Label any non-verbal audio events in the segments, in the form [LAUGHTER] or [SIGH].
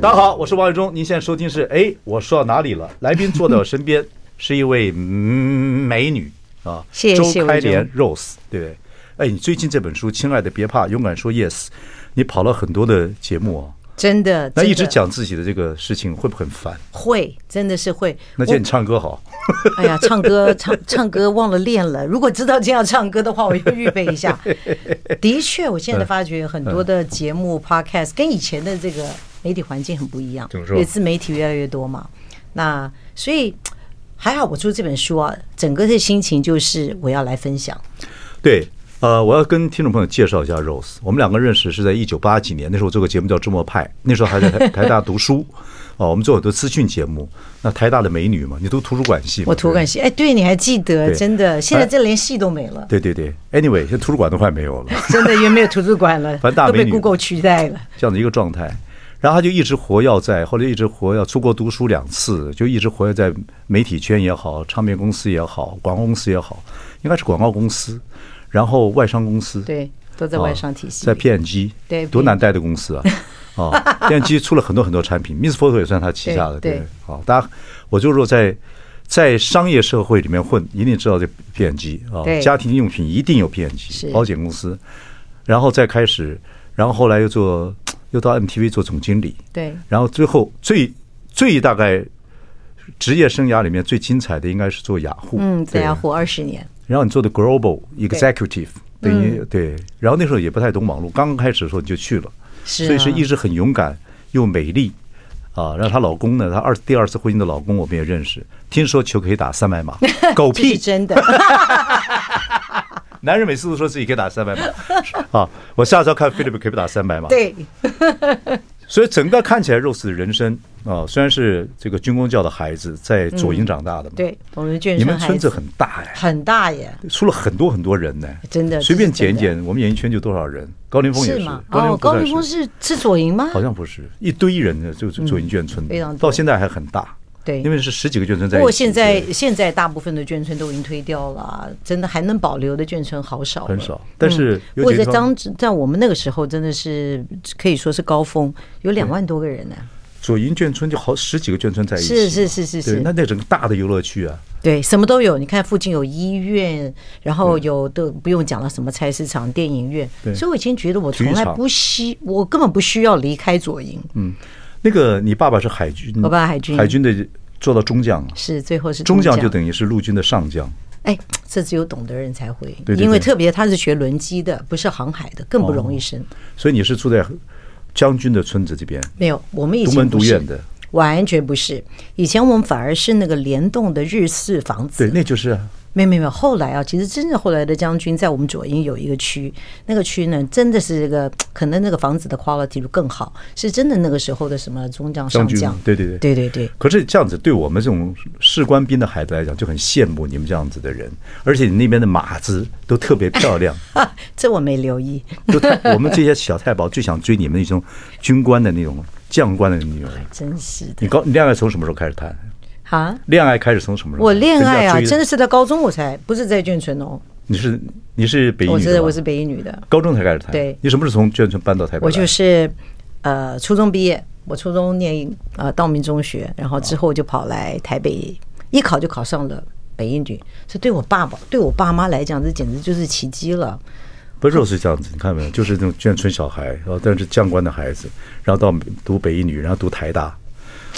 大家好，我是王伟忠，您现在收听是哎，我说到哪里了？来宾坐在我身边是一位嗯美女啊，谢谢谢周伟开忠莲 Rose，对不对？哎，你最近这本书《亲爱的别怕，勇敢说 Yes》，你跑了很多的节目啊，真的，那一直真的讲自己的这个事情会不会很烦？会，真的是会。那见你唱歌好，我哎呀，[LAUGHS] 唱歌唱唱歌忘了练了。如果知道今天要唱歌的话，我要预备一下。 [LAUGHS] 的确，我现在发觉很多的节目 podcast 跟以前的这个媒体环境很不一样，怎么因说为自媒体越来越多嘛。那所以还好，我出这本书啊，整个的心情就是我要来分享。对，呃，我要跟听众朋友介绍一下 Rose，我们两个认识是在一九八几年，那时候我做个节目叫《周末派》，那时候还在 [LAUGHS] 台台大读书，哦，我们做很多资讯节目。那台大的美女嘛，你读图书馆系嘛，我图书馆系，系，哎，对，你还记得？对真的，现在哎这连戏都没了，对对对。Anyway，现在图书馆都快没有 [LAUGHS] 了，真的也没有图书馆了， [LAUGHS] 反正大都美被女 Google 取代了。这样的一个状态。然后他就一直活跃在，后来一直活跃出国读书两次，就一直活跃在媒体圈也好，唱片公司也好，广告公司也好，应该是广告公司，然后外商公司，对，都在外商体系哦在里。 P&G，对多难带的公司啊！啊，P&G 出了很多很多产品，Miss Photo 也算它旗下的，对对对。好，大家，我就说在在商业社会里面混，一定知道这 P&G 啊，对家庭用品一定有 P&G，是保险公司，然后再开始，然后后来又做，又到 MTV 做总经理，对然后最后最最大概职业生涯里面最精彩的应该是做雅虎，嗯，在对啊雅虎二十年，然后你做的 global executive，等嗯于对，然后那时候也不太懂网络，刚刚开始的时候你就去了，是啊所以是一直很勇敢又美丽啊。然后她老公呢，她二第二次婚姻的老公我们也认识，听说球可以打三百 [LAUGHS] 码，狗这是屁！ [LAUGHS] 真的。男人每次都说自己可以打三百 [LAUGHS] 码啊，我下次要看菲利普可不可以打三百码。对，所以整个看起来 Rose 的人生啊，虽然是这个军工教的孩子，在左营长大的嘛，嗯对，我们眷你们村孩村子子很大哎。很大耶，出了很多很多人呢，真的随便这是减真一的减，我们演艺圈就多少人？高凌风也是吗，？高哦，凌风不高算凌风是是左营吗？好像不是一堆人呢，就是左营眷村的非常多到现在还很大。对因为是十几个眷村在一起。不过现在对现在大部分的眷村都已经推掉了，啊真的还能保留的眷村好少了，很少但是嗯有不过几在个地当在我们那个时候真的是可以说是高峰，有两万多个人呢。左营眷村就好十几个眷村在一起嘛。是是是是是对那那整个大的游乐区啊，对，什么都有。你看附近有医院，然后有的不用讲了，什么菜市场、电影院对。所以我以前觉得我体育从来场不需，我根本不需要离开左营。嗯，那个你爸爸是海军，我爸哦海军海军的做到中将啊，是最后是中将将就等于是陆军的上将。哎，这只有懂的人才会，对对因为对特别他是学轮机的，不是航海的，更不容易升。所以你是住在将军的村子这边，没有，我们以独门前不独是院的，完全不是。以前我们反而是那个联动的日式房子，对，那就是啊没有没有没有，后来啊，其实真正后来的将军在我们左营有一个区，那个区呢，真的是这个可能那个房子的 quality 就更好，是真的那个时候的什么中将、将上军将，，对对对对对对， [LAUGHS] 可是这样子对我们这种士官兵的孩子来讲，就很羡慕你们这样子的人，而且你那边的马子都特别漂 [LAUGHS] 亮，啊，这我没留意，就太我们这些小太保就想追你们那种军官的那种将官的女儿。真是的你高你恋爱从什么时候开始谈？啊！恋爱开始从什么时候？我恋爱跟人啊，家追真的是在高中我才，不是在眷村哦，你是你是北一我女的是吧我是北一女的，高中才开始谈，对你什么时候从眷村搬到台北来？我就是呃初中毕业，我初中念呃道明中学，然后之后就跑来台北，一考就考上了北一女，这对我爸爸对我爸妈来讲，这简直就是奇迹了。不是是这样子，你看没有？就是那种眷村小孩，然后但是将官的孩子，然后到读北一女，然后读台大，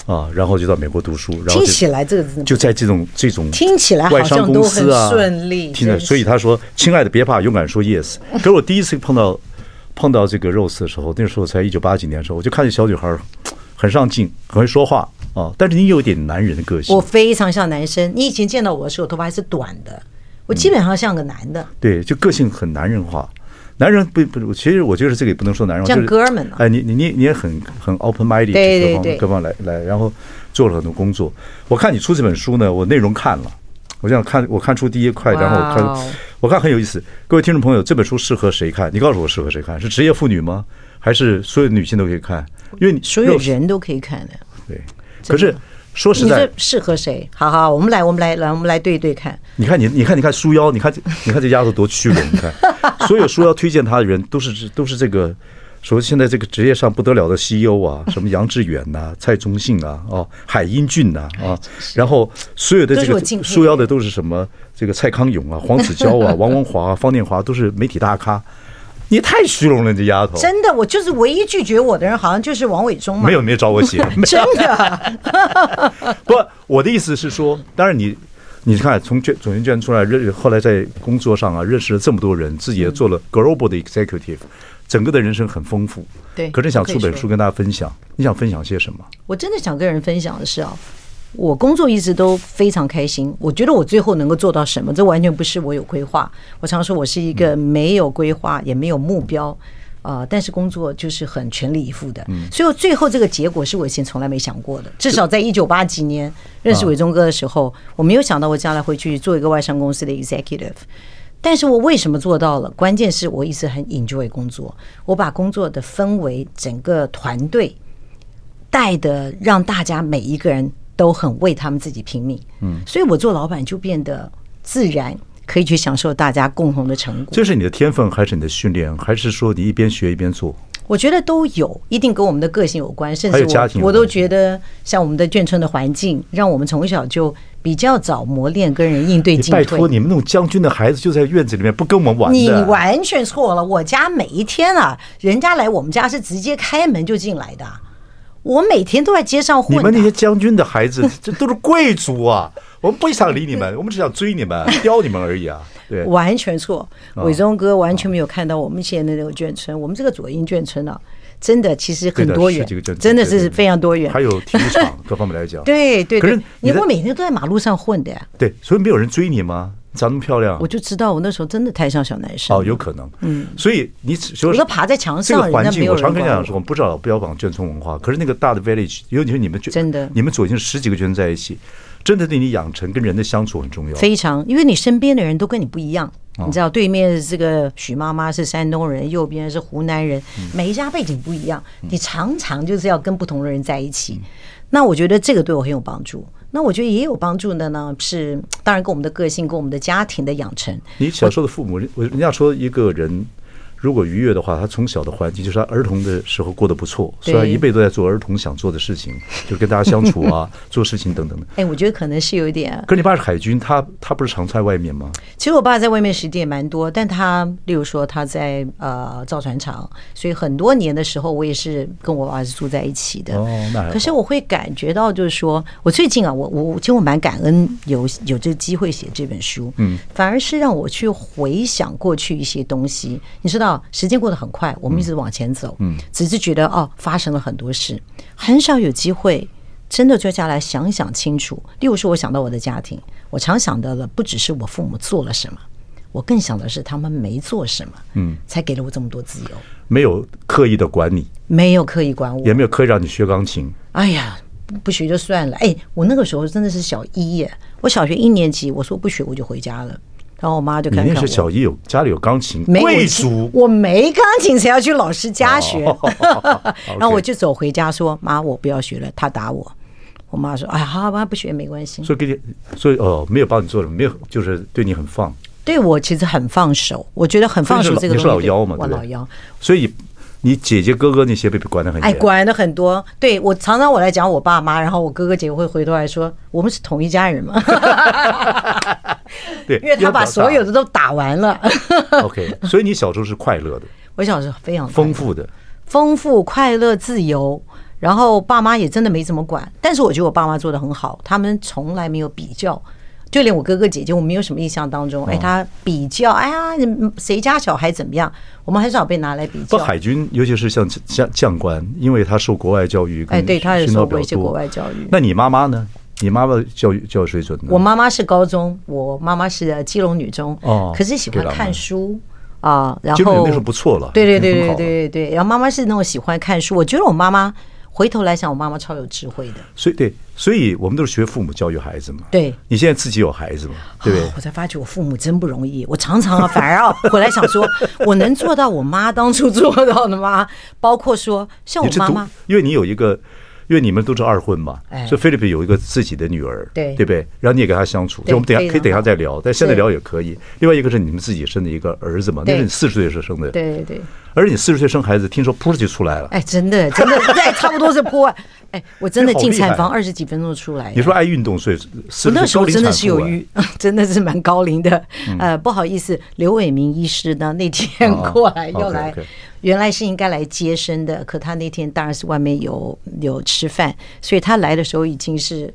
啊，然后就到美国读书，然后听就起来这个字就在这种这种听起来外好商像公都司很啊，顺利，听着，真是所以他说：“亲爱的，别怕，勇敢说 yes。”可是我第一次碰到 [LAUGHS] 碰到这个 Rose 的时候，那时候才一九八几年的时候，我就看见小女孩儿很上进，很会说话啊，但是你有一点男人的个性我，非常像男生。你以前嗯见到我的时候，头发还是短的，我基本上像个男的。对，就个性很男人化。男人不不，其实我觉得这个也不能说男人，像就是哥们呢哎，你你你你也很很 open minded，对各对方对各方来来，然后做了很多工作。我看你出这本书呢，我内容看了，我想看我看出第一块，然后我哇哦看我看很有意思。各位听众朋友，这本书适合谁看？你告诉我适合谁看？是职业妇女吗？还是所有女性都可以看？因为你所有人都可以看的。对，可是说实你在这，适合谁？好好，我们来，我们来，来，我们来对一对看。你看你，你看，你看书腰，你看这，你看这丫头多 [LAUGHS] 虚荣！你看，所有书腰推荐她的人都是都是这个，说现在这个职业上不得了的 CEO 啊，什么杨致远呐、蔡宗信啊，哦，海英俊呐啊，然后所有的这都是我个敬佩的书腰的都是什么这个蔡康永啊、黄子佼 [LAUGHS] 啊、王文华、啊、方念华都是媒体大咖，你也太虚荣了，你这丫头，真的，我就是唯一拒绝我的人，好像就是王伟忠嘛。没有没有找我写，真的，不，我的意思是说，当然你，你看从卷总研卷出来，认后来在工作上啊，认识了这么多人，自嗯己也做了 global 的 executive，整个的人生很丰富。对可是想出可以本说书跟大家分享，你想分享些什么？我真的想跟人分享的是啊，我工作一直都非常开心。我觉得我最后能够做到什么，这完全不是我有规划。我常说我是一个没有规划也没有目标。啊、但是工作就是很全力以赴的，所以我最后这个结果是我以前从来没想过的。至少在一九八几年认识伟忠哥的时候，我没有想到我将来会去做一个外商公司的 executive。但是我为什么做到了？关键是我一直很 enjoy 工作，我把工作的氛围、整个团队带的，让大家每一个人都很为他们自己拼命。嗯，所以我做老板就变得自然，可以去享受大家共同的成果。这是你的天分，还是你的训练，还是说你一边学一边做？我觉得都有，一定跟我们的个性有关，甚还至有家庭我有我都关系觉得，像我们的眷村的环境，让我们从小就比较早磨练跟人应对进拜退。托，你们那种将军的孩子就在院子里面，不跟我们玩的。你完全错了。我家每一天啊，人家来我们家是直接开门就进来的，啊我每天都在街上你混们那的。些将军的孩 [LAUGHS] 子，这都是贵族啊！我们不想理你们，我们只想追你 [LAUGHS] 们、叼你们而已啊！对，哦完全错，伟忠哥完全没有看到我们现在那个眷村，我们这个左营眷村啊，真的其实很对的多十元几个眷村，真的对对是对非常多元还。有体育场各方面来讲，对对可是对，你哦你在我每天都在马路上混的呀，对，所以没有人追你吗？长那么漂亮我，就知道我那时候真的太像小男生哦，，有可能，嗯，所以你只说我都爬在墙这上，个人环家没境，我有人常跟管你讲说，我。我们不少标榜眷村文化，可是那个大的 village，尤其是你们眷真的你们左近十几个眷村在一起，真的对你养成跟人的相处很重要。非常，因为你身边的人都跟你不一样。啊你知道对面这个许妈妈是山东人，右边是湖南人，嗯每一家背景不一样，你常常就是要跟不同的人在一起。嗯那我觉得这个对我很有帮助。那我觉得也有帮助的呢，是当然跟我们的个性、跟我们的家庭的养成。你小时候的父母，人我人家说一个人如果愉悦的话，他从小的环境就是他儿童的时候过得不错，对虽然一辈子都在做儿童想做的事情，就是跟大家相处 [LAUGHS] 啊，做事情等等的。哎，我觉得可能是有一点，可是你爸是海军，他他不是常在外面吗？其实我爸在外面时间也蛮多，但他例如说他在呃造船厂，所以很多年的时候我也是跟我儿子住在一起的。哦那还好可是我会感觉到，就是说我最近啊，我我我其实我蛮感恩有有这个机会写这本书，嗯，反而是让我去回想过去一些东西。你知道，时间过得很快，我们一直往前走，嗯，只是觉得哦，发生了很多事，很少有机会。真的坐下来想想清楚。例如说，我想到我的家庭，我常想到的不只是我父母做了什么，我更想的是他们没做什么，嗯，才给了我这么多自由，没有刻意的管你，没有刻意管我也。没有刻意让你学钢琴。哎呀，不学就算了。哎，我那个时候真的是小一耶，我小学一年级，我说不学我就回家了，然后我妈就你看那看是我。小姨有家里有钢琴，没有贵族我没钢琴才要去老师家学。哦然后我就走回家说：“妈，我不要学了。”她打我。我妈说：“哎呀，好吧，不学没关系。”所以给你，所以哦，没有帮你做什么，没有就是对你很放，对我其实很放手，我觉得很放手所以这你个是老东你西是老幺嘛我对不老对啊幺，所以你姐姐哥哥那些被管得很哎，严。管的很多。对我常常我来讲我爸妈，然后我哥哥姐姐会回头来说，我们是同一家人嘛， [LAUGHS] 对，因为他把所有的都打完了。 [LAUGHS] OK，所以你小时候是快乐的、我小时候非常快乐丰富的，丰富、快乐、自由。然后爸妈也真的没怎么管，但是我觉得我爸妈做的很好，他们从来没有比较，就连我哥哥姐姐，我没有什么印象当中，嗯哎，他比较，哎呀，你谁家小孩怎么样，我们很少被拿来比不，较。海军尤其是像像将官，因为他受国外教育，哎对他也熏陶受比较过一些多国外教育那你妈妈呢？你妈妈教育教育水准呢？我妈妈是高中，我妈妈是基隆女中，哦可是喜对欢了看书。啊，然基本后那时候不错了，对对对已经很对好了。对对，然后妈妈是那种喜欢看书，我觉得我妈妈回头来想，我妈妈超有智慧的。所以对，所以我们都是学父母教育孩子嘛。对你现在自己有孩子嘛，对不对啊？我才发觉我父母真不容易。我常常啊，反而啊，回来想说， [LAUGHS] 我能做到我妈当初做到的吗？包括说，像你我这妈独妈，，因为你有一个，因为你们都是二婚嘛，哎所以菲律宾有一个自己的女儿，对对不对？然后你也跟她相处，对就我们等下非常可以等下再聊，但现在对聊也可以。另外一个是你们自己生的一个儿子嘛，那对是你四十岁的时候生的，对对对，而你四十岁生孩子，听说噗就出来了。哎，真的真的，对，差不多是破万。哎，我真的你好进厉害啊产房二十几分钟出来。你说爱运动，所以四十我那岁时候高龄真的产是有妇啊嗯余， [LAUGHS] 真的是蛮高龄的。呃，不好意思，刘伟明医师呢那天哦 [LAUGHS] 过来要 OK，来 OK，原来是应该来接生的，可他那天当然是外面有有吃饭，所以他来的时候已经是，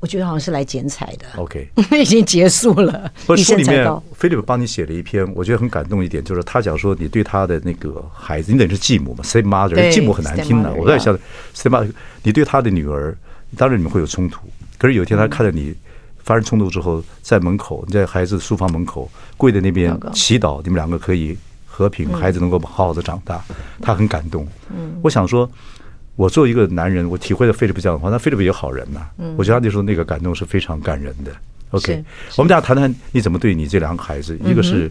我觉得好像是来剪彩的， OK。 [LAUGHS] 已经结束了。不医是书生里才面到，，菲利普帮你写了一篇，我觉得很感动一点，就是他讲说你对他的那个孩子，你等于是继母嘛，step mother，对继母很难听的。 stepmother，我在想，step mother，你对他的女儿，当然你们会有冲突，可是有一嗯天他看着你发生冲突之后，在门口，你在孩子书房门口跪在那边祷告嗯祈祷，你们两个可以和平，孩子能够好好的长大，他很感动。我想说。我作为一个男人，我体会了菲利普这样的话，那菲利普也好人呐、我觉得他那时候那个感动是非常感人的。OK，嗯是嗯我们大家谈谈你怎么对你这两个孩子，一个是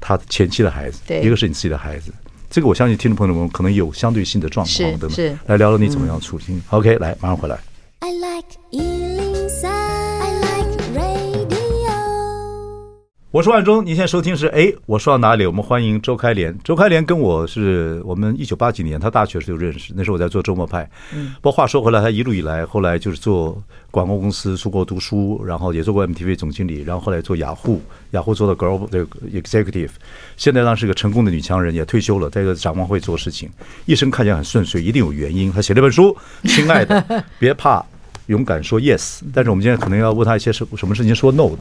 他前妻的孩子，对一个是你自己的孩子。这个我相信听众朋友们可能有相对性的状况，是对吗？是嗯来聊聊你怎么样处理。OK，来，马上回来。 I like Ealing Sound. I like radio. 我是万忠，您现在收听是哎，我说到哪里？我们欢迎周开莲。周开莲跟我是我们一九八几年，他大学时候就认识，那时候我在做周末派。嗯，不过话说回来，他一路以来，后来就是做广告公司，出国读书，然后也做过 MTV 总经理，然后后来做雅虎，雅虎做到 Global 这个 Executive，现在当然是个成功的女强人，也退休了，在一个展望会做事情，一生看起来很顺遂，一定有原因。他写了本书，亲爱 [LAUGHS] 的，别怕。勇敢说 yes，但是嗯我们今天可能要问他一些什什么事情说 no 的。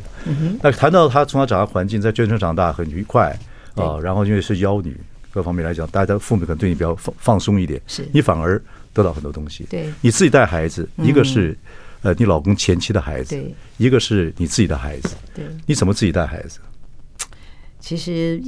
那谈到他从小长大环境，在眷村长大很愉快啊、然后因为是妖女，各方面来讲，大家父母可能对你比较放放松一点，是你反而得到很多东西。对嗯你自己带孩子，一个是呃你老公前妻的孩子对，一个是你自己的孩子，对，你怎么自己带孩子？其实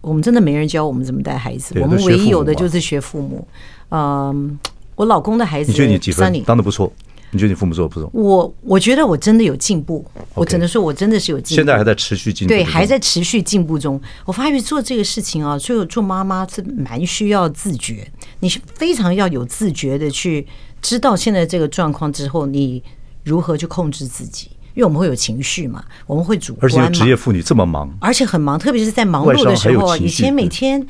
我们真的没人教我们怎么带孩子，对我们都学唯父一母有的嘛就是学父母。嗯，我老公的孩子，你觉得你几分 Sunny 当的不错？你觉得你父母做的不错？我我觉得我真的有进步，我只能说我真的是有进步。现在还在持续进步，对，还在持续进步中。我发觉做这个事情啊，做做妈妈是蛮需要自觉，你是非常要有自觉的去知道现在这个状况之后，你如何去控制自己，因为我们会有情绪嘛，我们会主而观且嘛，有职业妇女这么忙，而且很忙，特别是在忙碌的时候外商还有啊，情绪以前每对天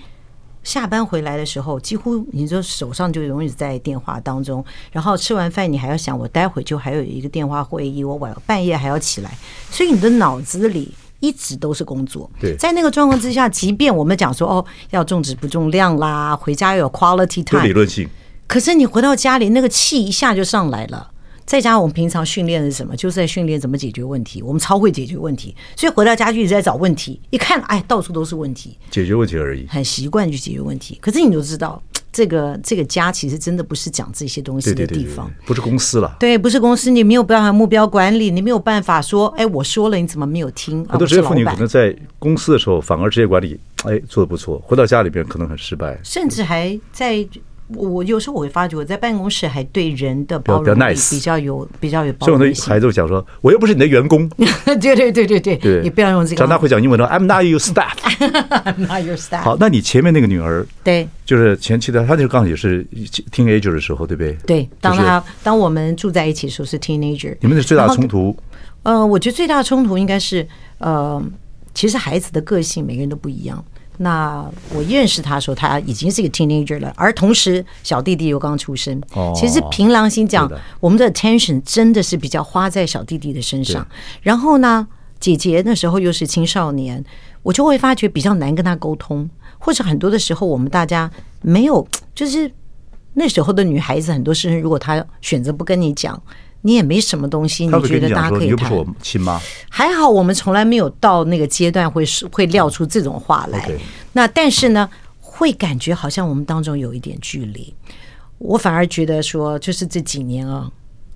下班回来的时候，几乎你就手上就永远在电话当中，然后吃完饭你还要想，我待会就还有一个电话会议，我晚半夜还要起来，所以你的脑子里。一直都是工作，对在那个状况之下，即便我们讲说哦，要重质不重量啦，回家要有 quality 有 time，理论性。可是你回到家里，那个气一下就上来了。再加上我们平常训练的是什么，就是在训练怎么解决问题。我们超会解决问题，所以回到家就一直在找问题。一看，哎，到处都是问题，解决问题而已。很习惯去解决问题。可是你就知道，这个这个家其实真的不是讲这些东西对对的对地对方。，不是公司了。对，不是公司，你没有办法目标管理，你没有办法说，哎，我说了你怎么没有听？啊很多我职是业老妇女可板能在公司的时候，反而职业管理哎做的不错，回到家里边可能很失败。甚至还在我我有时候我会发觉，我在办公室还对人的包比较容力 nice 比较有比较有包所以容很性。多孩子会讲说：“我又不是你的员 [LAUGHS] 工。对对对对对，”对，你不要用这个。哦长大会讲英文的，I'm not your staff。 [LAUGHS] not your style。好，那你前面那个女儿，对就是前期的，她那时候刚好也是 teenager 的时候，对不对？对，当就是他当我们住在一起的时候是 teenager。你们的最大然的后冲突，呃，我觉得最大的冲突应该是，呃，其实孩子的个性每个人都不一样。那我认识他的时候，他已经是一个 teenager 了，而同时小弟弟又刚出生。哦其实凭良心讲对的，我们的 attention 真的是比较花在小弟弟的身上。然后呢，姐姐那时候又是青少年，我就会发觉比较难跟他沟通，或者很多的时候我们大家没有，就是那时候的女孩子很多事情，如果她选择不跟你讲，你也没什么东西，她你会觉跟得你大讲家说：“可你以又不谈是。我亲妈。还好我们从来没有到那个阶段会说会撂出这种话来。 OK 那但是呢，会感觉好像我们当中有一点距离。我反而觉得说，就是这几年啊，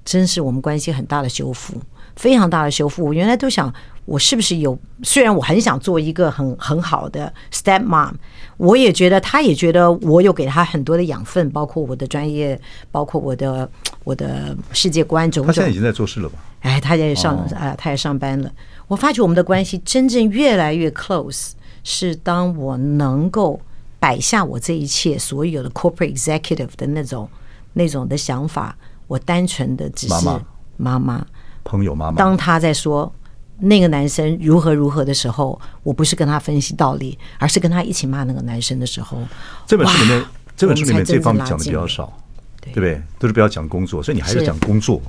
真是我们关系很大的修复，非常大的修复。我原来都想，我是不是有？虽然我很想做一个很很好的 step mom，我也觉得他也觉得我有给他很多的养分，包括我的专业，包括我的我的世界观种他现种在已。经在做事了吧？哎，他也上哦啊、他也上班了。我发觉我们的关系真正越来越 close，是当我能够摆下我这一切所有的 corporate executive 的那种那种的想法，我单纯的只是妈妈妈妈朋友妈妈，当他在说那个男生如何如何的时候，我不是跟他分析道理，而是跟他一起骂那个男生的时候，这本书里面哇，这本书里我面们才这真正方面拉讲的比近较了少，对对不对？都是比较讲工作，所以你还是是讲工作。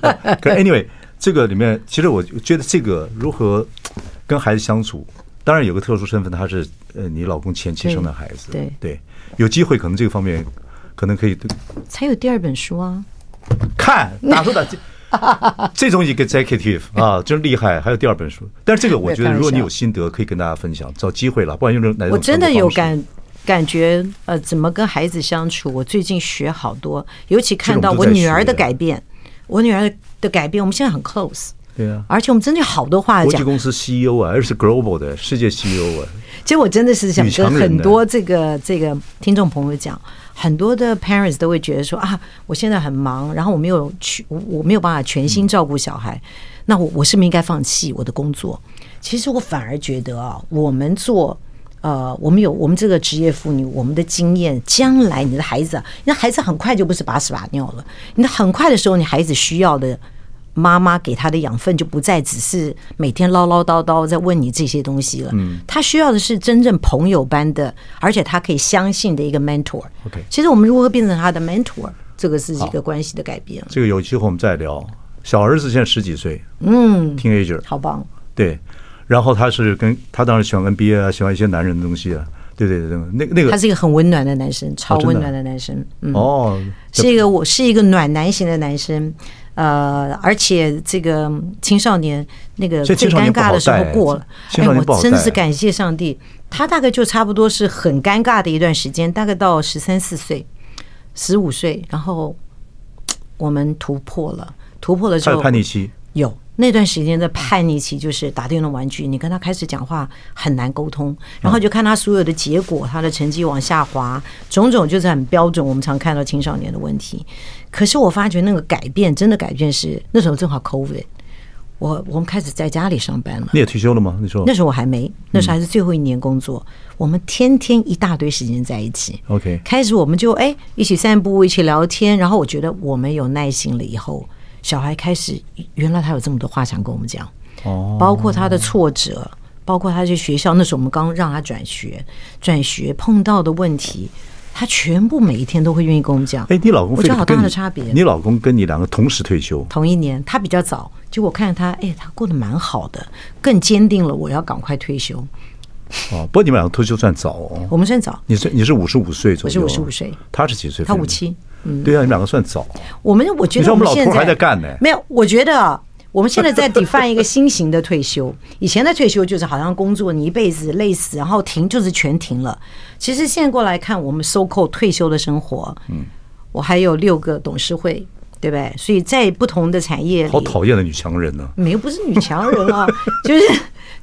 啊可 [LAUGHS] anyway，这个里面其实我觉得这个如何跟孩子相处，当然有个特殊身份，他是呃你老公前妻对生的孩子，对对，有机会可能这个方面可能可以才有第二本书啊。看打出打 [LAUGHS] 击。这种一个 executive 啊，真厉害！还有第二本书，但是这个我觉得，没有开玩笑如果你有心得，可以跟大家分享，找机会了，不然用这种哪种我真的哪种有方式感感觉，呃，怎么跟孩子相处？我最近学好多，尤其看到这个我我们都在女儿的学啊改变，我女儿的改变，我们现在很 close。对啊而且我们真的有好多话国啊讲际，公司 CEO 啊，而且是 global 的世界 CEO 啊，其实我真的是想女强跟人很呢多这个这个听众朋友讲，很多的 parents 都会觉得说啊，我现在很忙，然后我没有去，我我没有办法全心照顾小孩，那我我是不是应该放弃我的工作？其实我反而觉得啊，我们做。呃，我们有我们这个职业妇女，我们的经验，将来你的孩子啊，你的孩子很快就不是把屎把尿了，你的很快的时候，你孩子需要的妈妈给他的养分就不再只是每天唠唠叨叨在问你这些东西了。嗯，他需要的是真正朋友般的，而且他可以相信的一个 mentor。 OK 其实我们如何变成他的 mentor，这个是一个关系的改变，这个有机会我们再聊。小儿子现在十几岁，嗯，teenager，好棒！哦对，然后他是跟他当时喜欢 NBA 啊，喜欢一些男人的东西啊，对对对，对那个那他个是一个很温暖的男生，超真的啊温暖的男生。嗯，哦，是一个我是一个暖男型的男生，呃，而且这个青少年那个所以最青少尴年不好尬的时候带过了，哎青少年不好我真的带是感谢上帝，他大概就差不多是很尴尬的一段时间，大概到十三四岁、十五岁，然后嘖我们突破了，突破了之他有后，叛逆期，有那段时间的叛逆期，就是打电动玩具，你跟他开始讲话很难沟通，然后就看他所有的结果，他的成绩往下滑，种种就是很标准，我们常看到青少年的问题。可是我发觉那个改变，真的改变是那时候正好 COVID，我我们开始在家里上班了。你也退休了吗？那时候那时候我还没，那时候还是最后一年工作，我们天天一大堆时间在一起。 OK 开始我们就哎一起散步，一起聊天，然后我觉得我们有耐心了以后，小孩开始原来他有这么多话想跟我们讲，哦，包括他的挫折，包括他去学校那时候我们刚让他转学，转学碰到的问题，他全部每一天都会愿意跟我们讲。哎，你老公我觉得 Philip 好跟大你的差别。你老公跟你两个同时退休，同一年，他比较早，结果看他，哎，他过得蛮好的，更坚定了我要赶快退休。哦，不过你们两个退休算早哦，我们算早，你是你是五十五岁左右，我是55岁，他是几岁？他57，嗯嗯，对啊，你们两个算早，我们我觉你说得我们老现头儿在还在干呢没有，我觉得啊我们现在在 define 一个新型的退休。 [LAUGHS] 以前的退休就是好像工作你一辈子累死，然后停就是全停了。其实现在过来看，我们收购退休的生活，嗯，我还有六个董事会，对不对？所以在不同的产业好里，讨厌的女强人呢。没有不是女强人 [LAUGHS] 啊，就是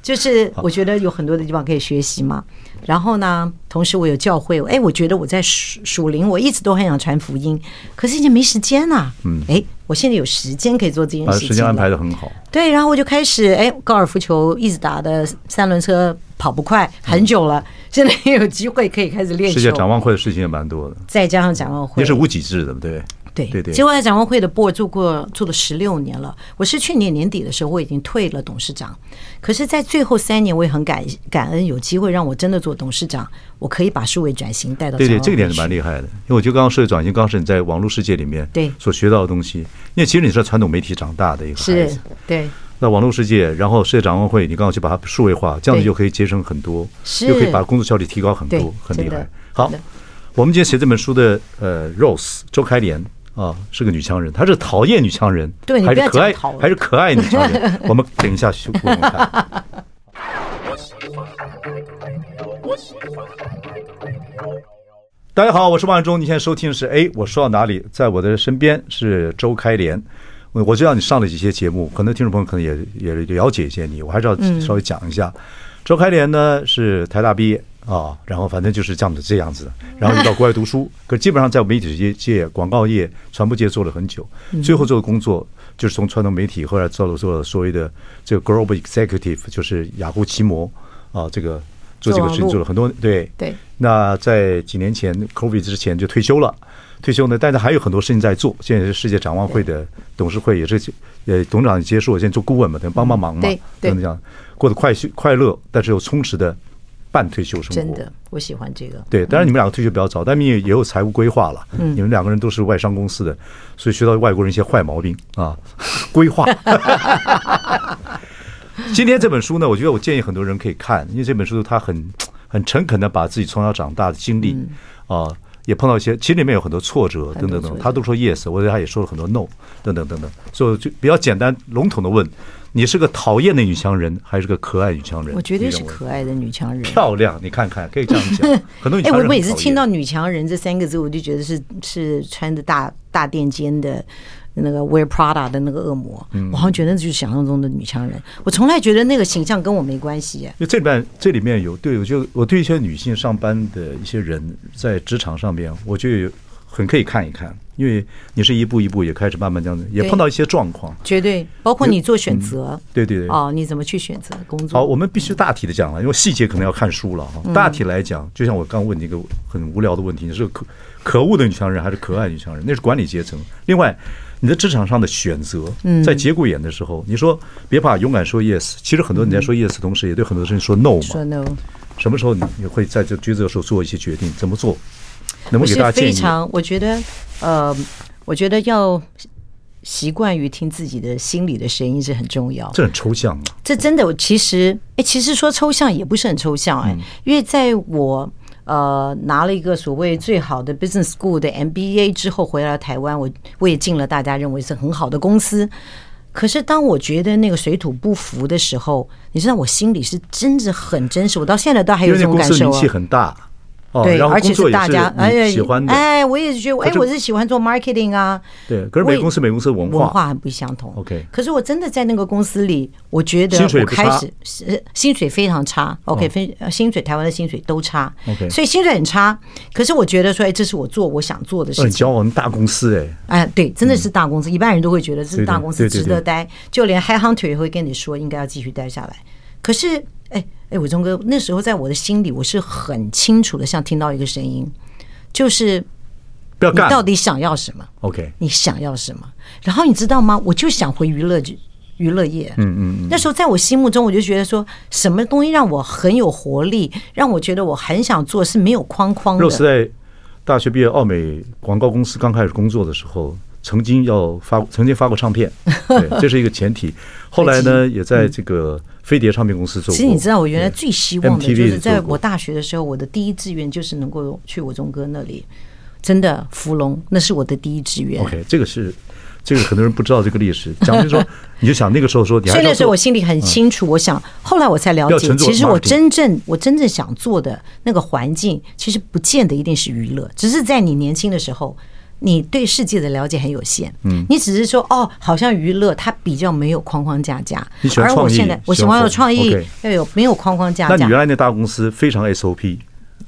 就是，我觉得有很多的地方可以学习嘛。然后呢，同时我有教会，哎，我觉得我在属属灵，我一直都很想传福音，可是已经没时间了、嗯，哎，我现在有时间可以做这件把事情时了，间安排的很好，对，然后我就开始哎，高尔夫球一直打的三轮车跑不快，很久了，现在也有机会可以开始嗯练世界球，展望会的事情也蛮多的。再加上展望会，你是无极制的，对不对？对对对结果在展望会的 board 做过做了十六年了。我是去年年底的时候我已经退了董事长，可是，在最后三年我也很感感恩，有机会让我真的做董事长，我可以把数位转型带到对展对，望这个点会是去蛮厉害的，因为我觉得刚刚社会转型，刚刚是你在网络世界里面对所学到的东西。因为其实你是在传统媒体长大的一个孩是子，，对，那网络世界，然后世界展望会，你刚好去把它数位化，这样子对就可以节省很多，是又可以把工作效率提高很对多，很厉真害的。好真的，我们今天写这本书的呃，Rose 周开莲啊，是个女强人，她是讨厌女强人，对你还不是要可爱讲讨，厌还是可爱女强人。 [LAUGHS] 我们等一下休息，我们看。大家好，我是万忠，你现在收听的是哎，我说到哪里？在我的身边是周开莲，我我知道你上了几些节目，很多听众朋友可能也也了解一些你，我还是要嗯稍微讲一下。周开莲呢是台大毕业啊，然后反正就是这样子这样子，然后就到国外读书，可基本上在媒体界、界广告业、传播界做了很久，嗯最后做的工作就是从传统媒体后来做了做了所谓的这个 global executive，就是雅虎奇摩啊，这个做这个事做情网络做了很多对对那在几年前 COVID 之前就退休了，退休呢，但是还有很多事情在做。现在也是世界展望会的董事会，也是呃董事长也接受我现在做顾问嘛，等于帮帮嗯忙嘛对，对等等讲过得快速快乐，但是又充实的半退休生真活。的，嗯我喜欢这个。对，当然你们两个退休比较早，但你也也有财务规划了。嗯，你们两个人都是外商公司的，所以学到外国人一些坏毛病啊， [LAUGHS] 规划。今天这本书呢，我觉得我建议很多人可以看，因为这本书它很很诚恳的把自己从小长大的经历嗯啊、也碰到一些，其实里面有很多挫折等等挫等，折他都说 yes，我觉得他也说了很多 no 等等等等，所以我就比较简单笼统的问，你是个讨厌的女强人还是个可爱女强人？我绝对你认是为可爱的女强人。漂亮，你看看，可以这样讲， [LAUGHS] 很多女哎，强我人我也很是讨听厌到“女强人”这三个字，我就觉得是是穿着大大垫肩的那个 wear Prada 的那个恶魔。嗯我好像觉得那就是想象中的女强人。我从来觉得那个形象跟我没关系。哎因为这里面这里面有对我就我对一些女性上班的一些人在职场上面，我就有很可以看一看，因为你是一步一步也开始慢慢这样子，也对碰到一些状况。绝对，包括你做选择，对对对哦，你怎么去选择工嗯作？好，我们必须大体的讲了，因为细节可能要看书了哈。嗯大体来讲，就像我刚问你一个很无聊的问题，你是个可可恶的女强人还是可爱女强人？那是管理阶层。另外，你的职场上的选择，嗯在节骨眼的时候，你说别怕，勇敢说 yes。其实很多人在说 yes 的同时，也对很多事情说 no 嘛。说 no，什么时候你你会在这抉择的时候做一些决定？怎么做？能不能我是给大家建非议？常，我觉得，呃，我觉得要习惯于听自己的心里的声音是很重要。这很抽象啊嘛。这真的，我其实，哎，其实说抽象也不是很抽象，哎，因为在我呃拿了一个所谓最好的 business school 的 MBA 之后回来台湾，我我也进了大家认为是很好的公司。可是当我觉得那个水土不服的时候，你知道我心里是真的很真实，我到现在都还因有为那这种公感司受名啊气。很大，哦，对，然后而工且作也大家是你喜欢的，哎，我也是觉得，哎可，是我是喜欢做 marketing 啊。对。可是我每也公司每公司的文文化，化很不相同。 OK 可是我真的在那个公司里，我觉得薪水我也不开差始是薪水非常差。OK，哦分、呃薪水台湾的薪水都差 OK 所以薪水很差。可是我觉得说，哎，这是我做我想做的事很情。骄傲，那大公司哎，哎，对，真的是大公司，一般人都会觉得对这是对大公司对对值得待，就连 High Hunter 也会跟你说应该要继续待下来。可是，哎哎，伟忠哥，那时候在我的心里，我是很清楚的，像听到一个声音，就是不要你干。到底想要什么？ OK，你想要什么。然后你知道吗？我就想回娱乐娱乐业。嗯嗯嗯。那时候在我心目中，我就觉得说什么东西让我很有活力，让我觉得我很想做，是没有框框肉丝的。在大学毕业，奥美广告公司刚开始工作的时候，曾经要发，曾经发过唱 [LAUGHS] 片，对，这是一个前提。后来呢，也在这个飞碟唱片公司做过。其实你知道，我原来对最希望的 MTV 就是也在做过我大学的时候，我的第一志愿就是能够去我忠哥那里。真的，芙蓉那是我的第一志愿。 OK，这个是这个很多人不知道这个历史。讲就是说，你就想那个时候说，你还 [LAUGHS] 所以是要那时候做嗯我心里很清楚，我想后来我才了不要解，乘坐其实我 marketing 真正我真正想做的那个环境，其实不见得一定是娱乐，只是在你年轻的时候。你对世界的了解很有限，嗯，你只是说哦，好像娱乐它比较没有框框架架你喜，欢而我创意现在我喜喜欢欢有做创意 OK，要有没有框框架那你架原，来那大公司非常 SOP，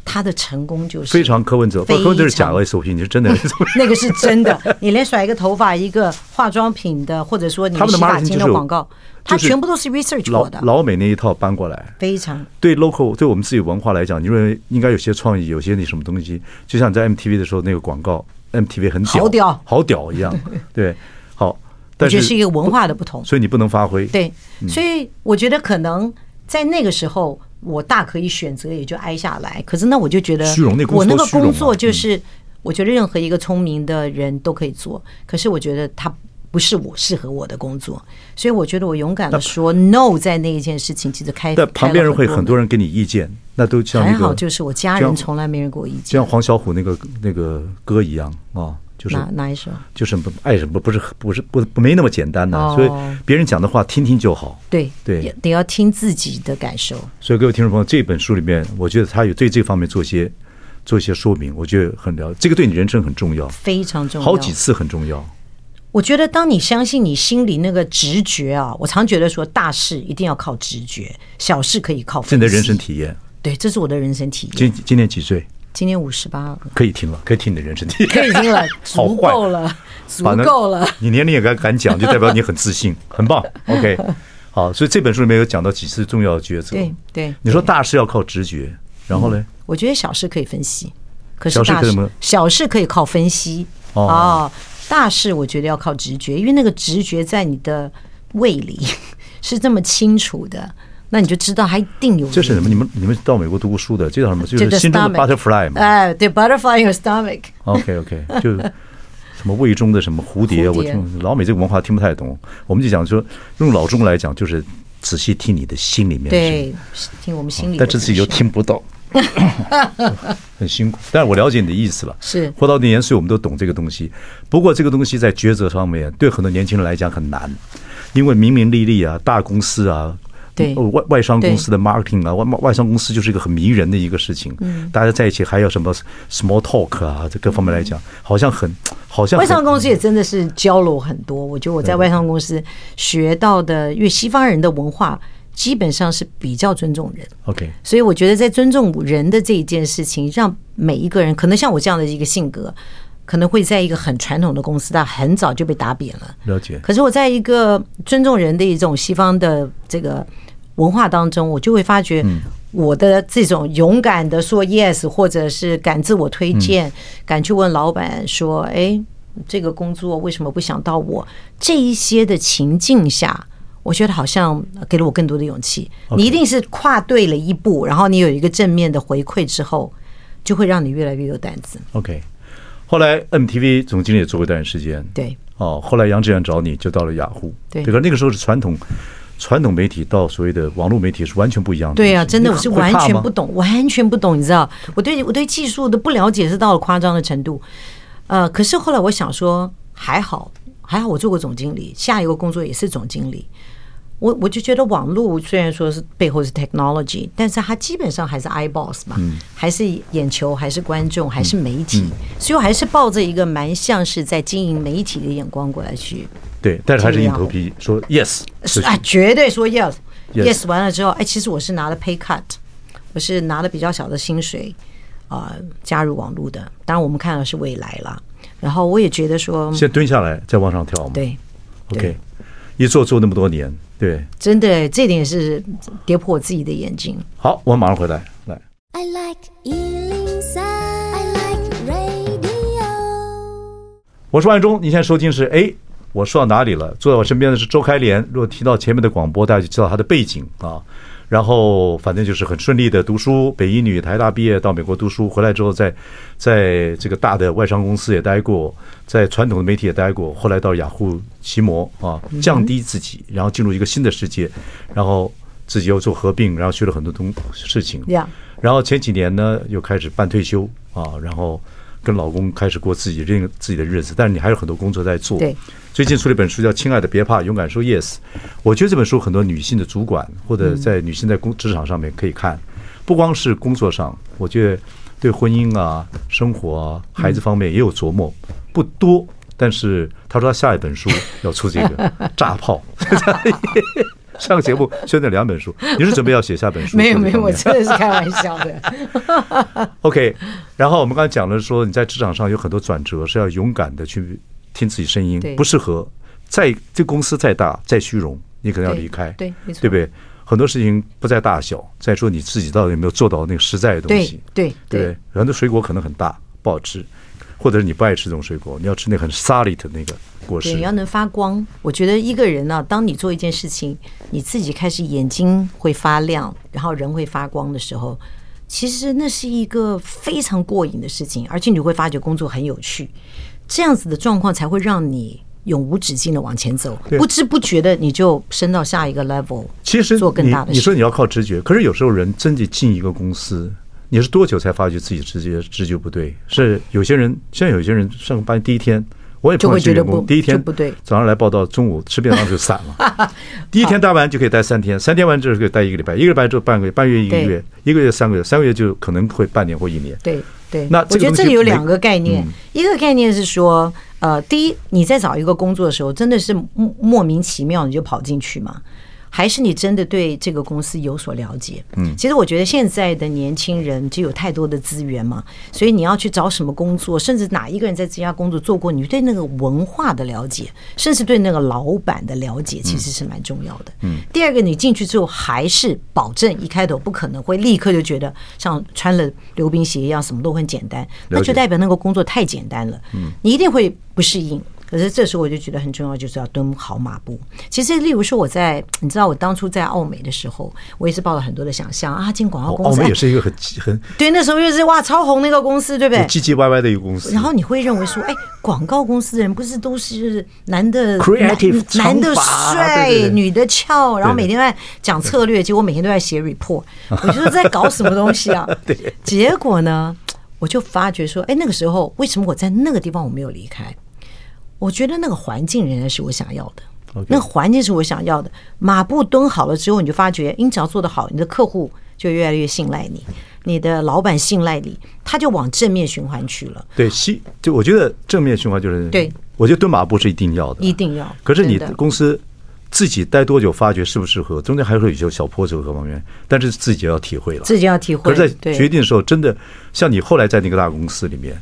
它的成功就是非常柯文哲，不非是柯文哲是假常 SOP，你是 [LAUGHS] 真的 SOP。 [LAUGHS] 那个是真的，你连甩一个头发、一个化妆品的，或者说你他们的洗发 marketing 精就的是有广告，它就是全部都是 research 老过的，老美那一套搬过来，非常对 local 对我们自己文化来讲，你认为应该有些创意，有些那什么东西，就像你在 MTV 的时候那个广告，MTV 很屌，好屌好屌一 [LAUGHS] 样，对，好，我但觉是得是一个文化的不同。所以你不能嗯发挥，对，所以我觉得可能在那个时候，我大可以选择也就挨下来。可是那我就觉得虚荣那，工作我那个虚荣啊嗯工嘛作就是，我觉得任何一个聪明的人都可以做，可是我觉得他。不是我适合我的工作，所以我觉得我勇敢的说 no 在那一件事情，其实开但旁边人会很多人，人给你意见，那都像还那好个就是我家这样人从来没人给我意见。就像黄小琥那个那个歌一样啊，就是哪哪一首？就是不爱什么不是不是不不没那么简单的、哦所以别人讲的话听听就好。对对也得要听自己的感受。所以各位听众朋友，这本书里面，我觉得他有对这方面做一些做一些说明，我觉得很了，这个对你人生很重要，非常重要。好几次很重要。我觉得，当你相信你心里那个直觉啊，我常觉得说，大事一定要靠直觉，小事可以靠分析。现在人生体验，对，这是我的人生体验。今今年几岁？今年五十 [LAUGHS] 八，可以听了，可以听你的人生体验。可以听了，好足坏够 [LAUGHS] 了， [LAUGHS] 足反正够了。你年龄也敢敢讲，就代表你很自 [LAUGHS] 信，很棒。OK，好，所以这本书里面有讲到几次重要抉择。对对嗯你说大事要靠直觉，然后呢？我觉得小事可以分析，可是小事大可以事什么小事可以靠分析哦哦大事我觉得要靠直觉，因为那个直觉在你的胃里 [LAUGHS] 是这么清楚的，那你就知道它一定有。这是什么？你们你们到美国读过书的，这叫什么？就这是个心中的 stomach butterfly 嘛。 [LAUGHS] 哎，对，butterfly in your stomach。 OK OK，就什么胃中的什么蝴蝶，蝴我蝶听老美这个文化听不太懂。我们就讲说，用老中来讲，就是仔细听你的心里面的声音。对，是听我们心里的哦但故事，这次又听不 [LAUGHS] 到，很辛苦。但是我了解你的意思了，是活到年岁，我们都懂这个东西。不过这个东西在抉择上面，对很多年轻人来讲很难，因为明明利利啊，大公司啊。对呃外外商对公司的 marketing 啊，外外商公司就是一个很迷人的一个事情。嗯大家在一起还有什么 small talk 啊，这各方面来讲，好像很，好像嗯外很商公司也真的是教了我很多。我觉得我在外商公司学到的，因为西方人的文化基本上是比较尊重人， OK，所以我觉得在尊重人的这一件事情，让每一个人，可能像我这样的一个性格，可能会在一个很传统的公司，但很早就被打扁了。了解。可是我在一个尊重人的一种西方的这个文化当中，我就会发觉我的这种勇敢的说 yes，或者是敢自我推荐，敢去问老板说，哎，这个工作为什么不想到我？这一些的情境下。我觉得好像给了我更多的勇气。你一定是跨对了一步，然后你有一个正面的回馈之后，就会让你越来越有胆子。 OK，后来 MTV 总经理也做过一段时间，对，哦，后来杨致远找你就到了雅虎，对可那个时候是传统传统媒体到所谓的网络媒体是完全不一样的东西，对呀、真的你我是会完怕全吗不懂，完全不懂，你知道，我对我对技术的不了解是到了夸张的程度。呃，可是后来我想说，还好，还好我做过总经理，下一个工作也是总经理。我我就觉得网络虽然说是背后是 technology，但是它基本上还是 eyeballs 嘛，嗯还是眼球，还是观众，还是媒体，所以我还是抱着一个蛮像是在经营媒体的眼光过来去对，但是还是这个硬样头皮说 yes，是就啊，绝对说 yes Yes yes 完了之后，哎，其实我是拿了 pay cut，我是拿了比较小的薪水啊、加入网络的。当然，我们看的是未来啦。然后我也觉得说，先蹲下来再往上跳嘛，对， ，OK，一做做那么多年，对，真的这点是跌破我自己的眼镜。好，我马上回来，来。 I like Ealing Sound. I like radio. 我是万忠，您现在收听是哎，我说到哪里了？坐在我身边的是周开莲。如果提到前面的广播，大家就知道他的背景啊。然后反正就是很顺利的读书，北医女、台大毕业，到美国读书，回来之后在在这个大的外商公司也待过，在传统的媒体也待过，后来到雅虎奇摩啊，降低自己，然后进入一个新的世界，然后自己又做合并，然后学了很多东事情。 Yeah 然后前几年呢，又开始办退休啊，然后跟老公开始过自己这个自己的日子，但是你还有很多工作在做。对，最近出了一本书叫《亲爱的，别怕，勇敢说 yes》。我觉得这本书很多女性的主管或者在女性在工职场上面可以看，不光是工作上，我觉得对婚姻啊、生活啊、孩子方面也有琢磨，不多。但是他说他下一本书要出这 [LAUGHS] 个炸炮， [LAUGHS] 上个节目宣传两本书，你是准备要写下本书？ [LAUGHS] 没有说这没有，方我面真的是开玩笑 [LAUGHS] 的。 OK，然 [LAUGHS] 后我们刚才讲了说你在职场上有很多转折，是要勇敢的去听自己声音对，不适合，再这公司再大再虚荣，你可能要对离开，对没错对不对？很多事情不在大小，再说你自己到底有没有做到那个实在的东对西，对对不对对，很多水果可能很大不好吃，或者是你不爱吃这种水果，你要吃那个很 solid 的那个果对，实你。要能发光。我觉得一个人呢、当你做一件事情，你自己开始眼睛会发亮，然后人会发光的时候，其实那是一个非常过瘾的事情，而且你会发觉工作很有趣。这样子的状况才会让你永无止境的往前走，对不知不觉的你就升到下一个 level，其实做更你大的你事。说你要靠直觉，可是有时候人真的进一个公司，你是多久才发觉自己直觉直觉不对？是有些人，像有些人上班第一天，我也碰到一些员就会觉得工，不第一天就不对早上来报道，中午吃便当就散了。 [LAUGHS] 第一天待完就可以待三天，三天完之后就可以待一个礼拜，一个礼拜之后半个月，半月一个对月，一个月三个月，三个月就可能会半年或一年。对对，那我这个觉东得这西里有没两个概念，一个概念是说，呃，第一，你在找一个工作的时候，真的是莫莫名其妙你就跑进去吗？还是你真的对这个公司有所了解？嗯，其实我觉得现在的年轻人就有太多的资源嘛，所以你要去找什么工作，甚至哪一个人在这家工作做过，你对那个文化的了解，甚至对那个老板的了解，其实是蛮重要的。嗯，第二个，你进去之后还是保证一开头不可能会立刻就觉得像穿了溜冰鞋一样什么都很简单，那了解就代表那个工作太简单了，嗯，你一定会不适应。可是这时候我就觉得很重要，就是要蹲好马步。其实，例如说我在，你知道我当初在澳美的时候，我也是抱了很多的想象啊，进广告哦公澳司，门也哎是一个很很对，那时候就是哇，超红那个公司，对不对？唧唧歪歪的一个公司。然后你会认为说，哎，广告公司的人不是都是男的 Creative 男男的长发帅，对对对女的俏，然后每天都在讲策略，结果每天都在写 [LAUGHS] report，我觉得在搞什么东西啊？对，结果呢，我就发觉说，哎，那个时候为什么我在那个地方我没有离开？我觉得那个环境仍然是我想要的。 OK 那个环境是我想要的。马步蹲好了之后，你就发觉，嗯你只要做得好，你的客户就越来越信赖你，你的老板信赖你，他就往正面循环去了。对西，就我觉得正面循环就是对，我觉得蹲马步是一定要的，一定要可是你真的公司自己待多久，发觉适不适合，中间还会有一些小波折各方面，但是自己也要体会了。自己要体可会。是，在对决定的时候，真的像你后来在那个大公司里面，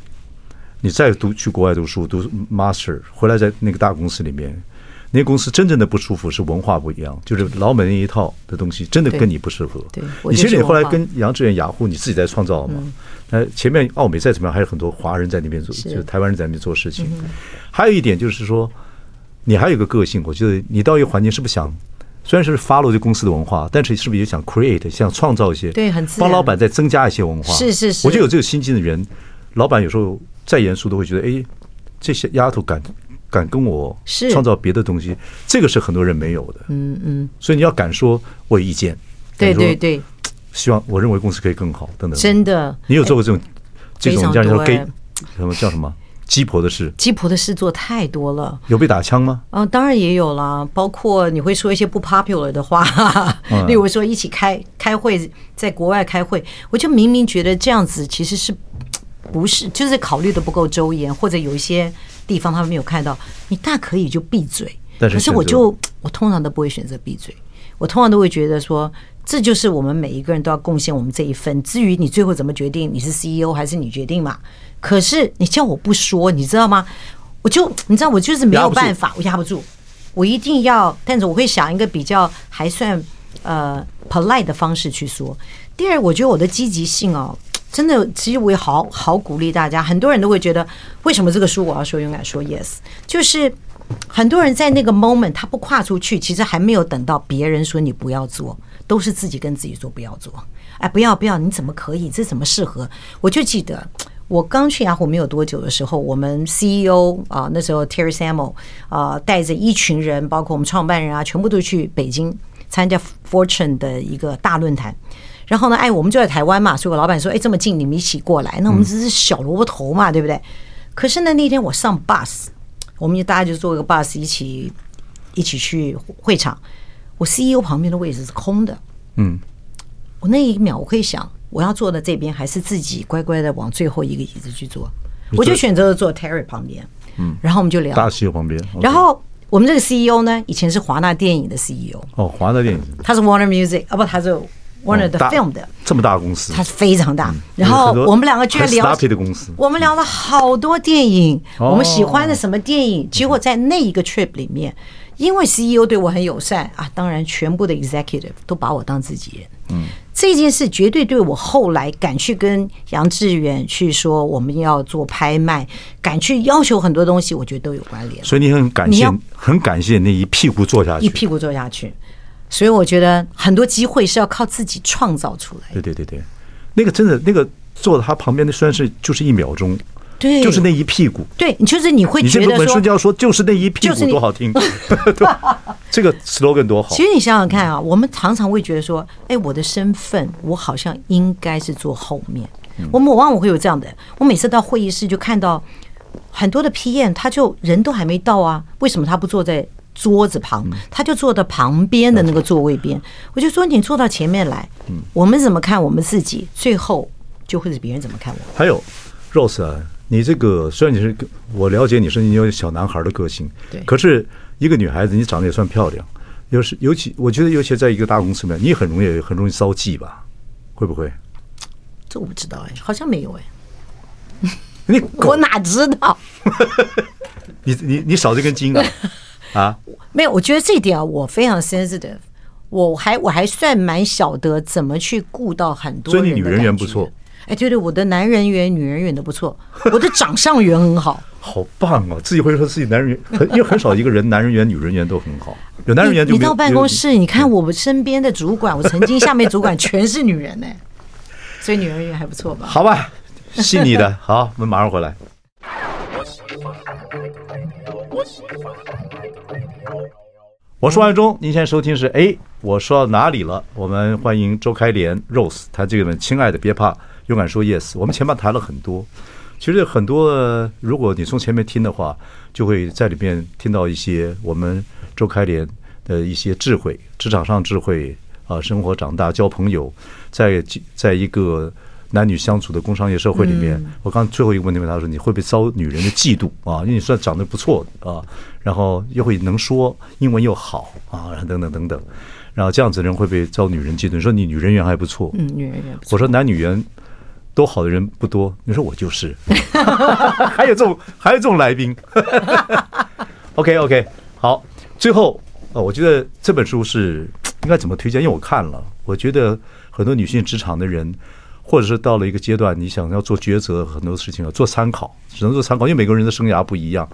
你再读去国外读书，读 master 回来，在那个大公司里面，那个公司真正的不舒服是文化不一样，就是老美那一套的东西，真的跟你不适合。对我你就其实是你后来文化嗯跟杨致远、雅虎，你自己在创造嘛。那前面奥美再怎么样，还有很多华人在那边做，是嗯就台湾人在那边做事情。还有一点就是说，你还有一个个性，我觉得你到一个环境是不是想，虽然是 follow 这公司的文化，但是是不是也想 create 想创造一些，对很自帮然老板再增加一些文化。是是是我觉得有这个心境的人，老板有时候再严肃都会觉得，哎，这些丫头敢敢跟我是创造别的东西，这个是很多人没有的。嗯嗯，所以你要敢说我有意见，对敢说对，对，希望我认为公司可以更好等等。真的你有做过这种这种非常叫叫多 gay 哎什么叫什么鸡婆的事？鸡婆的事做太多了。有被打枪吗？嗯、当然也有啦，包括你会说一些不 popular 的话，嗯 [LAUGHS] 例如说一起开开会，在国外开会，我就明明觉得这样子其实是不是，就是考虑的不够周延，或者有一些地方他们没有看到，你大可以就闭嘴。但是可是我选择就我通常都不会选择闭嘴，我通常都会觉得说，这就是我们每一个人都要贡献我们这一份。至于你最后怎么决定，你是 CEO 还是你决定嘛？可是你叫我不说，你知道吗？我就你知道，我就是没压有不住办法，我压不住，我一定要，但是我会想一个比较还算呃 polite 的方式去说。第二，我觉得我的积极性哦，真的，其实我也好好鼓励大家，很多人都会觉得，为什么这个书我要说勇敢说 yes？就是很多人在那个 moment 他不跨出去，其实还没有等到别人说你不要做，都是自己跟自己说不要做。哎，不要不要，你怎么可以？这怎么适合？我就记得我刚去雅虎没有多久的时候，我们 CEO 啊、那时候 Terry Samuel 啊、带着一群人，包括我们创办人啊，全部都去北京参加 Fortune 的一个大论坛。然后呢，哎，我们就在台湾嘛，所以我老板说，哎，这么近，你们一起过来，那我们只是小萝卜头嘛，对不对？可是呢，那天我上 bus，我们就大家就坐一个 bus 一起一起去会场，我 CEO 旁边的位置是空的，我那一秒我可以想，我要坐的这边还是自己乖乖的往最后一个椅子去坐，我就选择了坐 Terry 旁边。嗯，然后我们就聊。大西游旁边。OK 然后我们这个 CEO 呢，以前是华纳电影的 CEO，哦，华纳电影哦他是 Warner Music 啊，不，他是 Warner 的大 Film 的，这么大公司，他是非常大。然嗯后很多我们两个居然很聊 sloppy 的公司我们聊了好多电影，哦我们喜欢的什么电影，结果在那一个 trip 里面，因为 CEO 对我很友善啊，当然全部的 executive 都把我当自己人。嗯，这件事绝对对我后来敢去跟杨致远去说我们要做拍卖，敢去要求很多东西，我觉得都有关联。所以你很感你谢要，很感谢那一屁股坐下去。一屁股坐下去，所以我觉得很多机会是要靠自己创造出来的。对对对对，那个真的，那个坐在他旁边的虽然是就是一秒钟，对就是那一屁股。对，你就是你会你这觉本得文说瞬，间要说就是那一屁就是股你多好 [LAUGHS] 听，对吧？这个 slogan 多好其。实你想想看啊，我们常常会觉得说，哎，我的身份，我好像应该是坐后面。我们往往会有这样的，我每次到会议室就看到很多的 PM，他就人都还没到啊，为什么他不坐在桌子旁？他就坐到旁边的那个座位边。我就说你坐到前面来，我们怎么看我们自己，最后就会是别人怎么看我们。还有 Rose 啊，你这个虽然你是我了解你是你有小男孩的个性，对可是一个女孩子你长得也算漂亮，有时尤其我觉得尤其在一个大公司里面，你很容易很容易骚气吧？会不会？这我不知道哎，好像没有哎，你我狗，哪知道？你你你少这根筋啊！啊，没有，我觉得这一点啊，我非常 sensitive，我还我还算蛮晓得怎么去顾到很多所人以的你感觉。女人缘不错哎，对对，我的男人缘、女人缘都不错，我的掌上缘很好。好棒哦！自己会说自己男人缘，很因为很少一个人男人缘、女人缘都很好，有 [LAUGHS] 男人缘就你你没有到办有公室，你看我们身边的主管，我曾经下面主管全是女 [LAUGHS] 人呢、所以女人缘还不错吧？好吧，信你的。好，我们马上回来。我是王伟忠，您现在收听是哎，我说到哪里了？我们欢迎周开莲 Rose，她这个呢，亲爱的，别怕，勇敢说 yes。我们前面谈了很多，其实很多，呃如果你从前面听的话，就会在里面听到一些我们周开莲的一些智慧，职场上智慧啊、生活长大、交朋友，在在一个男女相处的工商业社会里面，我刚最后一个问题问他说，你会不会遭女人的嫉妒啊？因为你算长得不错啊，然后又会能说英文又好啊，然后等等等等，然后这样子的人会不会遭女人嫉妒？你说你女人缘还不错，嗯，女人缘不错。我说男女缘都好的人不多，你说我 [LAUGHS] 就是，还有这种还有这种来宾。OK OK，好，最后呃，我觉得这本书是应该怎么推荐？因为我看了，我觉得很多女性职场的人，或者是到了一个阶段，你想要做抉择，很多事情要做参考，只能做参考，因为每个人的生涯不一样，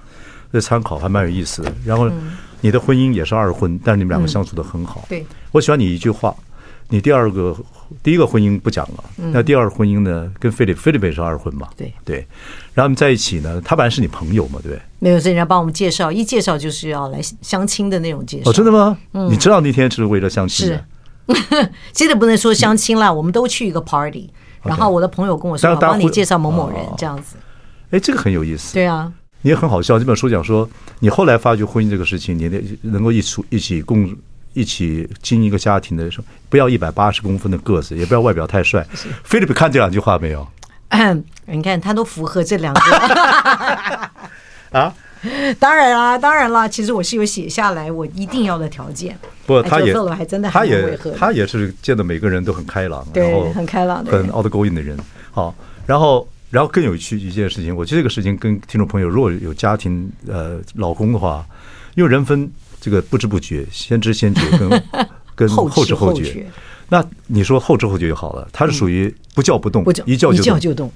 这参考还蛮有意思的。然后你的婚姻也是二婚，但是你们两个相处的很好。嗯对我喜欢你一句话，你第二个第一个婚姻不讲了，那第二婚姻呢，跟菲利菲利贝是二婚嘛？嗯对对，然后他们在一起呢，他本来是你朋友嘛，对不对？没有，是人家帮我们介绍，一介绍就是要来相亲的那种介绍。哦，真的吗？你知道那天是为了相亲的嗯是，真的不能说相亲啦，我们都去一个 party，然后我的朋友跟我说，大我家大家帮你互介绍某某人哦这样子。哎，这个很有意思，对啊，你也很好笑。这本书讲说，你后来发觉婚姻这个事情，你得能够一处一起共一起经营一个家庭的时候，不要一百八十公分的个子，也不要外表太帅。菲利普看这两句话没有？ [CLEARS THROAT] 你看他都符合 [LAUGHS] 这两个啊。啊当然啦，当然啦，其实我是有写下来我一定要的条件。不，哎他这也个 fellow 还真的他还蛮也违和的他也是见到每个人都很开朗，啊对然后很开朗的人很 outgoing 的人。好，然后然后更有趣一件事情，我觉得这个事情跟听众朋友如果有家庭呃老公的话，因为人分这个不知不觉、先知先觉 [LAUGHS] 跟跟后知后知后觉。觉那你说后知后觉就好了，他是属于不叫不动，我就一叫一叫动。[LAUGHS] 就动，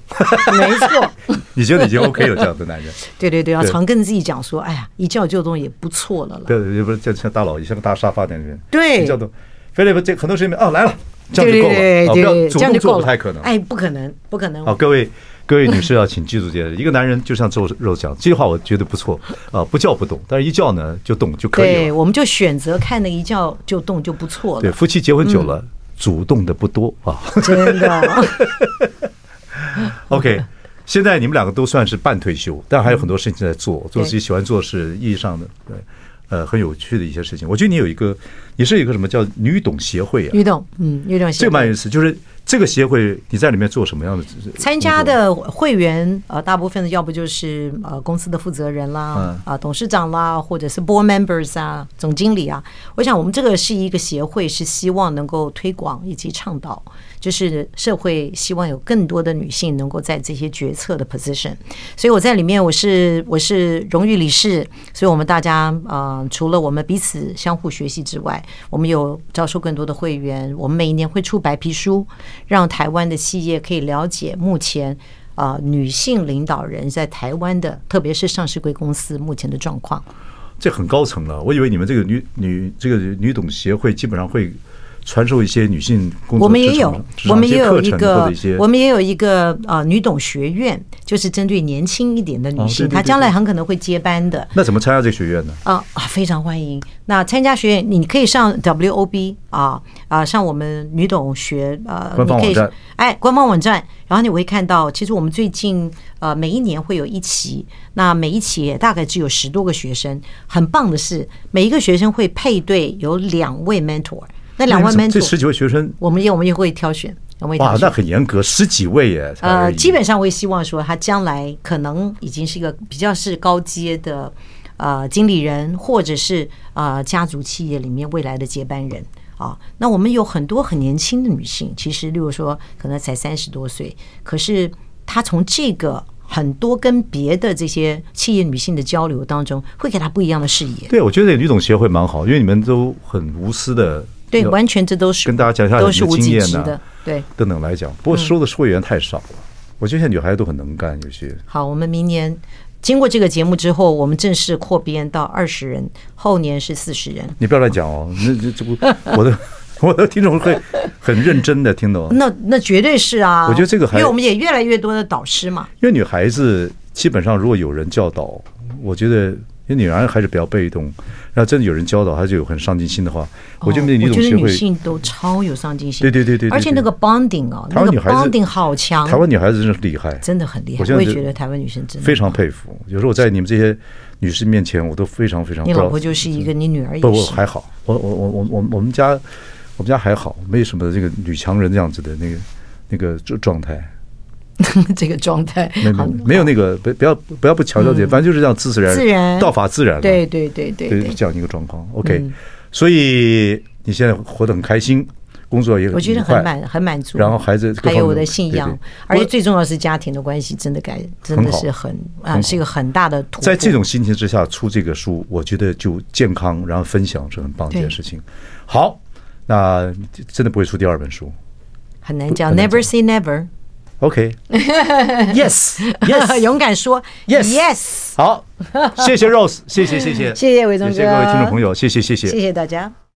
没错。你觉得已经 OK 有这样的男人？对对对，要对常跟自己讲说，哎呀，一叫就动也不错了啦。 [LAUGHS] 对，对不是像像大佬，像个大沙发在那边，对你叫动。菲利普这很多事情哦来了，这对样就够对了，对啊不要对，主这样动就做够不了。太可能。哦哎，不可能，不可能。好，各位各位女士啊，请记住这一个男人就像肉肉讲，这句话我觉得不错啊，不叫不动，但是一叫呢就动就可以哦对，了。我们就选择看那一叫就动就不错对，了，夫妻结婚久嗯了，主动的不多 [LAUGHS] 啊。真的。 [LAUGHS] OK，现在你们两个都算是半退休，但还有很多事情在做，做自己喜欢做的事，意义上的对，呃，很有趣的一些事情。我觉得你有一个，你是一个什么叫女董协会啊运？动，嗯，运动协这会个蛮有意思，就是这个协会你在里面做什么样的工作？参加的会员，呃，大部分的要不就是呃公司的负责人啦，啊、嗯董事长啦，或者是 board members 啊，总经理啊。我想我们这个是一个协会，是希望能够推广以及倡导，就是社会希望有更多的女性能够在这些决策的 position。所以我在里面，我是我是荣誉理事，所以我们大家呃，除了我们彼此相互学习之外，我们有招收更多的会员，我们每一年会出白皮书，让台湾的企业可以了解目前。啊、女性领导人在台湾的，特别是上市贵公司目前的状况，这很高层了。我以为你们这个女女这个女董协会基本上会传授一些女性工作我们也职场有，职我场们也些有课一程或个者一些，我们也有一个呃女董学院，就是针对年轻一点的哦女对性，对她对将来对很可能会接班的。那怎么参加这个学院呢？啊啊，非常欢迎。那参加学院，你可以上 WOB 啊啊，上我们女董学呃，官方你可网以站哎，官方网站，然后你会看到，其实我们最近呃每一年会有一期，那每一期也大概只有十多个学生。很棒的是，每一个学生会配对有两位 mentor，那两位那你怎么这 mentor 十几位学生我们也我们也会挑选，要为哇他，那去。很严格，十几位耶，才而呃，已基本上我也希望说，他将来可能已经是一个比较是高阶的呃经理人，或者是呃家族企业里面未来的接班人啊。那我们有很多很年轻的女性，其实例如说可能才三十多岁，可是她从这个很多跟别的这些企业女性的交流当中，会给她不一样的视野。对，我觉得女总协会蛮好，因为你们都很无私的，对，要完全这都是跟大家讲一下都你是的无经尽验啊职呐的。对，等等来讲。不嗯过收的会员太少了，我觉得现在女孩都很能干，有些好，我们明年经过这个节目之后，我们正式扩编到二十人，后年是四十人。你不要乱讲哦，那这这不我的我的听众会很认真的听懂，那那绝对是啊！我觉得这个还因为我们也越来越多的导师嘛，因为女孩子基本上如果有人教导，我觉得。因为女孩还是比较被动，然后真的有人教导，她就有很上进心的话，我觉得哦那女我总觉得协女会性都超有上进心，对对对对对而且那个 bonding 哦，台那湾个女孩子 bonding 好强，台湾女孩子真是厉害，真的很厉害我现在我也就觉得台湾女生真的非常佩服。有时候我在你们这些女士面前，我都非常非常。你不知老道嗯婆就是一个，你女儿也不不是。还好，我我我我我我们家我们家还好，没什么这个女强人这样子的那个那个状状态， [LAUGHS] 这个状态，没没好嗯没有那个不不要不要不强调这些，反正就是这样自然自然道法自然嘛对对对对对对，嗯这样一个状况。OK，所以你现在活得很开心，工作也我觉得愉快很满很满足。然后孩子各还有方我面的信对仰，对而且我最重要的是家庭的关系，真的改真的很好是很啊，是一个很大的突破。在这种心情之下出这个书，我觉得就健康，然后分享是很棒的一件事情。好，那真的不会出第二本书。很难讲很难 never say never， [LAUGHS] OK，Yes，Yes，勇敢说 Yes yes。好，谢谢 Rose，谢谢谢谢，谢谢伟忠哥谢谢各位听众朋友，谢谢谢谢谢谢大家。